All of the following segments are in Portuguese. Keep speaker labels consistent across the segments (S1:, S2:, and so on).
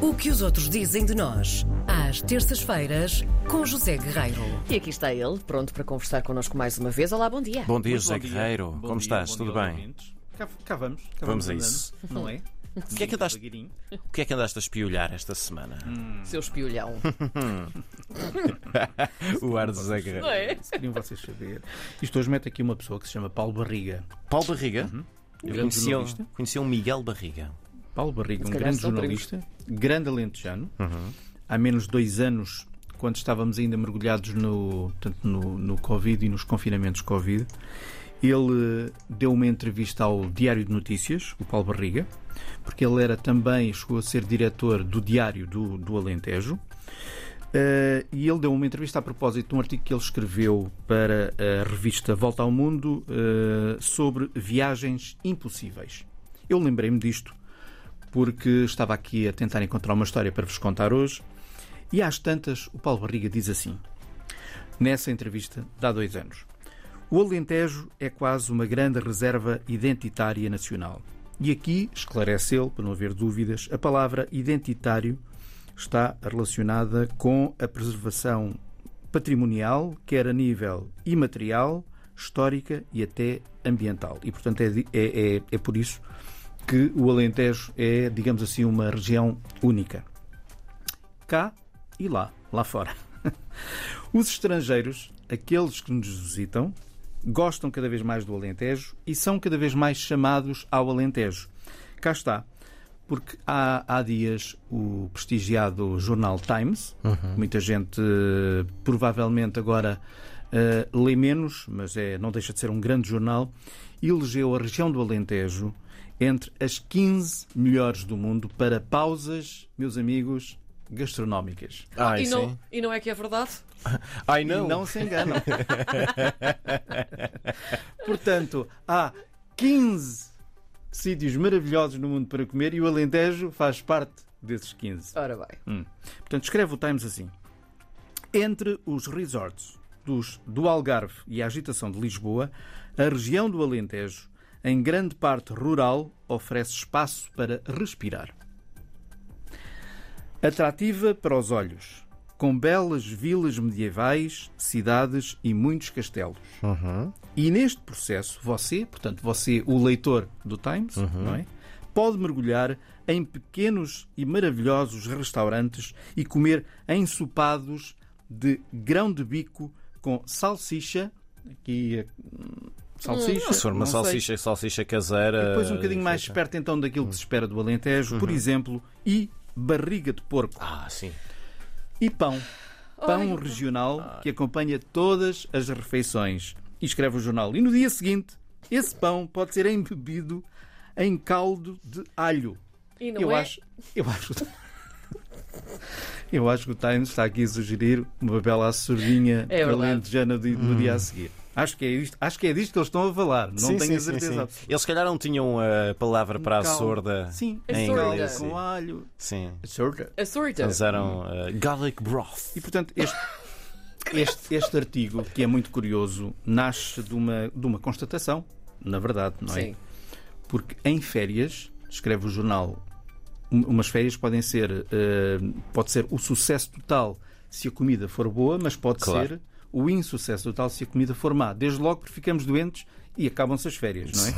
S1: O que os outros dizem de nós, às terças-feiras, com José Guerreiro.
S2: E aqui está ele, pronto para conversar connosco mais uma vez. Olá, bom dia.
S3: Bom dia,
S4: Muito
S3: José
S4: bom dia.
S3: Guerreiro.
S4: Bom
S3: Como
S4: dia,
S3: estás?
S4: bom
S3: Tudo
S4: dia aos
S3: bem?
S4: ouvintes. Cá, cá vamos. Cá
S3: Vamos a
S4: andando,
S3: isso.
S4: Não é?
S3: O que, é que andaste,
S4: Devagarinho.
S3: o que é que andaste a espiolhar esta semana?
S4: Hum.
S2: Seu espiolhão.
S3: O ar de José Guerreiro.
S2: é?
S4: Se queriam vocês saber. Isto hoje mete aqui uma pessoa que se chama Paulo Barriga.
S3: Paulo Barriga?
S4: Uhum.
S3: Eu
S4: Grande
S3: conheci um,
S4: jornalista.
S3: conheci um Miguel Barriga.
S4: Paulo Barriga, um
S2: calhar
S4: grande
S2: são
S4: jornalista, grande alentejano. Há menos de dois anos, quando estávamos ainda mergulhados no, portanto, no, no Covid e nos confinamentos Covid, ele eh, deu uma entrevista ao Diário de Notícias, o Paulo Barriga, porque ele era também, chegou a ser diretor do Diário do, do Alentejo. Eh, e ele deu uma entrevista a propósito de um artigo que ele escreveu para a revista Volta ao Mundo eh, sobre viagens impossíveis. Eu lembrei-me disto porque estava aqui a tentar encontrar uma história para vos contar hoje. E às tantas, o Paulo Barriga diz assim, nessa entrevista de há dois anos: O Alentejo é quase uma grande reserva identitária nacional. E aqui, esclarece ele, para não haver dúvidas, a palavra identitário está relacionada com a preservação patrimonial, quer a nível imaterial, histórica e até ambiental. E, portanto, é, di- é- é- é por isso que o Alentejo é, digamos assim, uma região única. Cá e lá, lá fora. Os estrangeiros, aqueles que nos visitam, gostam cada vez mais do Alentejo e são cada vez mais chamados ao Alentejo. Cá está. Porque há, há dias o prestigiado jornal Times, muita gente eh, provavelmente agora eh, lê menos, mas é, não deixa de ser um grande jornal, elegeu a região do Alentejo entre as 15 melhores do mundo para pausas, meus amigos, gastronómicas.
S3: Ai,
S2: e, não, e não é que é verdade?
S3: Ah, Ai,
S4: E
S3: não.
S4: não se enganam. Portanto, há 15 sítios maravilhosos no mundo para comer e o Alentejo faz parte desses 15.
S2: Ora bem.
S4: Portanto, escreve o Times assim: Entre os resorts dos, do Algarve e a agitação de Lisboa, a região do Alentejo, em grande parte rural, oferece espaço para respirar. Atrativa para os olhos, com belas vilas medievais, cidades e muitos castelos.
S3: Uhum.
S4: E neste processo, você, portanto, você, o leitor do Times,
S3: Uhum.
S4: não é? pode mergulhar em pequenos e maravilhosos restaurantes e comer ensopados de grão de bico com salsicha. Aqui, hum, salsicha.
S3: Se for uma
S4: não sei.
S3: salsicha, salsicha caseira.
S4: E depois um bocadinho mais perto então daquilo
S3: Uhum.
S4: que se espera do Alentejo, por exemplo, e barriga de porco
S3: Ah, sim.
S4: e pão. Pão regional que acompanha todas as refeições. E escreve o jornal. E no dia seguinte, esse pão pode ser embebido em caldo de alho.
S2: E não
S4: eu
S2: é?
S4: acho. Eu acho. Eu acho que o Times está aqui a sugerir uma bela surdinha
S2: É verdade.
S4: alentejana de- no dia a seguir. Acho que, é isto, acho que é disto que eles estão a falar. Não
S3: Hum. Sim,
S4: tenho
S3: sim,
S4: a certeza.
S3: Sim, sim. Eles se calhar não tinham a palavra para a
S4: Caldo.
S3: sorda
S4: Sim,
S3: em
S2: É sorda.
S3: inglês.
S2: sim.
S4: com alho.
S3: Sim.
S4: Sorda.
S2: A sorda.
S3: Eles eram eh, garlic broth.
S4: E portanto, este, este, este artigo, que é muito curioso, nasce de uma, de uma constatação, na verdade, não é?
S2: Sim.
S4: Porque em férias, escreve o jornal, um- umas férias podem ser, eh, pode ser o sucesso total se a comida for boa, mas pode
S3: Claro.
S4: ser o insucesso total se a comida for má. Desde logo porque ficamos doentes e acabam-se as férias, não é?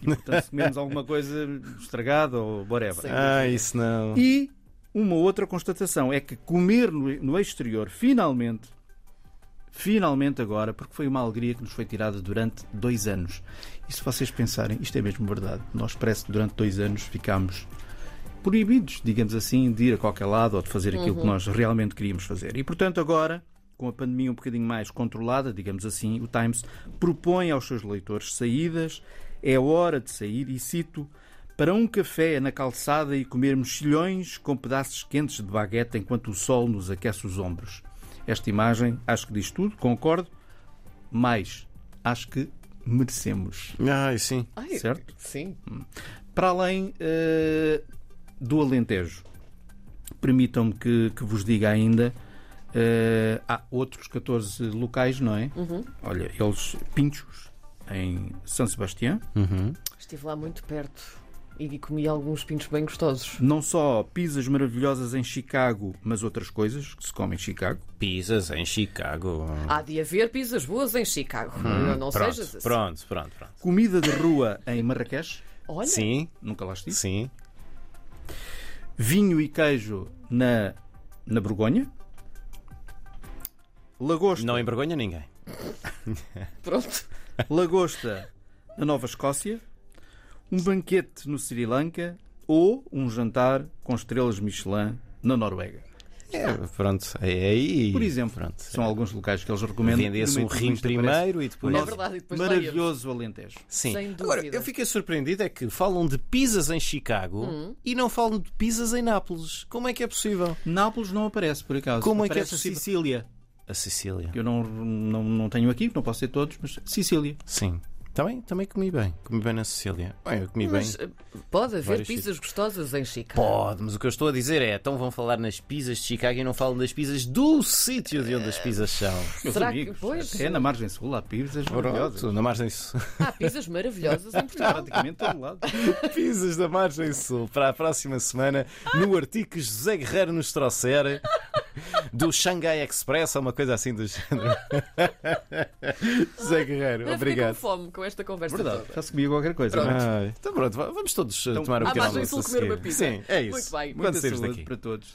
S4: E portanto, se comemos alguma coisa estragada ou whatever.
S2: Sim.
S3: Ah, isso não.
S4: E uma outra constatação é que comer no, no exterior, finalmente, finalmente agora, porque foi uma alegria que nos foi tirada durante dois anos. E se vocês pensarem, isto é mesmo verdade, nós parece que durante dois anos ficámos proibidos, digamos assim, de ir a qualquer lado ou de fazer aquilo que nós realmente queríamos fazer. E portanto agora. Com a pandemia um bocadinho mais controlada, digamos assim, o Times propõe aos seus leitores saídas, é hora de sair e cito para um café na calçada e comer mexilhões com pedaços quentes de baguete enquanto o sol nos aquece os ombros. Esta imagem acho que diz tudo, concordo, mas acho que merecemos.
S3: Ai, Ah, sim.
S2: Ai,
S4: Certo.
S2: Sim.
S4: Para além eh, do Alentejo, permitam-me que, que vos diga ainda. eh, há outros 14 locais, não é? Olha, eles, Pinchos, em São Sebastião,
S2: Estive lá muito perto. e comi alguns pintos bem gostosos.
S4: Não só pizzas maravilhosas em Chicago, mas outras coisas que se comem em Chicago.
S3: Pizzas em Chicago.
S2: Há de haver pizzas boas em Chicago. não não
S3: Hum, pronto,
S2: sejas assim.
S3: pronto, pronto, pronto.
S4: Comida de rua em Marrakech.
S2: Olha,
S3: Sim,
S4: Nunca lá estive.
S3: sim.
S4: Vinho e queijo na, na Borgonha. Lagosta,
S3: Não envergonha ninguém.
S2: pronto.
S4: lagosta na Nova Escócia. Um banquete no Sri Lanka. Ou um jantar com estrelas Michelin na Noruega.
S3: É, pronto, é aí.
S4: Por exemplo,
S3: pronto. é.
S4: são alguns locais que eles recomendam.
S3: Vendesse um
S4: Numa
S3: rim
S4: entrevista aparece
S3: primeiro e
S4: o
S3: depois.
S2: É
S4: nosso
S2: verdade, e depois lá íamos.
S4: maravilhoso Alentejo.
S3: Sim.
S2: Sem dúvida.
S3: Agora, eu fiquei surpreendido é que falam de pizzas em Chicago
S2: Hum.
S3: e não falam de pizzas em Nápoles. Como é que é possível?
S4: Nápoles não aparece, por acaso.
S3: Como é que é
S4: aparece
S3: possível?
S4: Sicília.
S3: A Sicília.
S4: Que eu não, não, não tenho aqui, não posso ter todos, mas Sicília.
S3: Sim. Também, também comi bem. Comi bem na Sicília. Bem, eu comi
S2: Mas
S3: bem.
S2: eh, pode haver
S3: Vários
S2: pizzas gostosas em Chicago.
S3: Pode, mas o que eu estou a dizer é, então vão falar nas pizzas de Chicago e não falam das pizzas do sítio de onde
S2: É.
S3: as pizzas são.
S4: Meus
S2: Será que-
S4: amigos,
S2: pois.
S4: até na margem sul há é pizzas maravilhosas.
S3: Pronto, na margem sul.
S2: Há pizzas maravilhosas em Portugal.
S4: Praticamente todo lado.
S3: Pizzas da margem sul para a próxima semana no artigo que José Guerreiro nos trouxer do Xangai Express ou uma coisa assim do género. José Guerreiro,
S2: Eu fiquei com
S3: obrigado.
S2: fome com esta conversa
S4: Verdade,
S2: toda.
S4: já se comia qualquer coisa.
S2: Pronto.
S4: não
S3: Ah,
S4: é?
S3: Ai, então pronto, va- vamos todos eh, tomar um
S2: à
S3: pequeno
S2: margem
S3: almoço
S2: sul
S3: a
S2: comer uma
S3: seguir.
S2: pizza.
S3: Sim, é isso.
S2: Muito bem.
S3: Quando
S4: Muita
S3: saímos
S4: saúde
S3: daqui.
S4: para todos.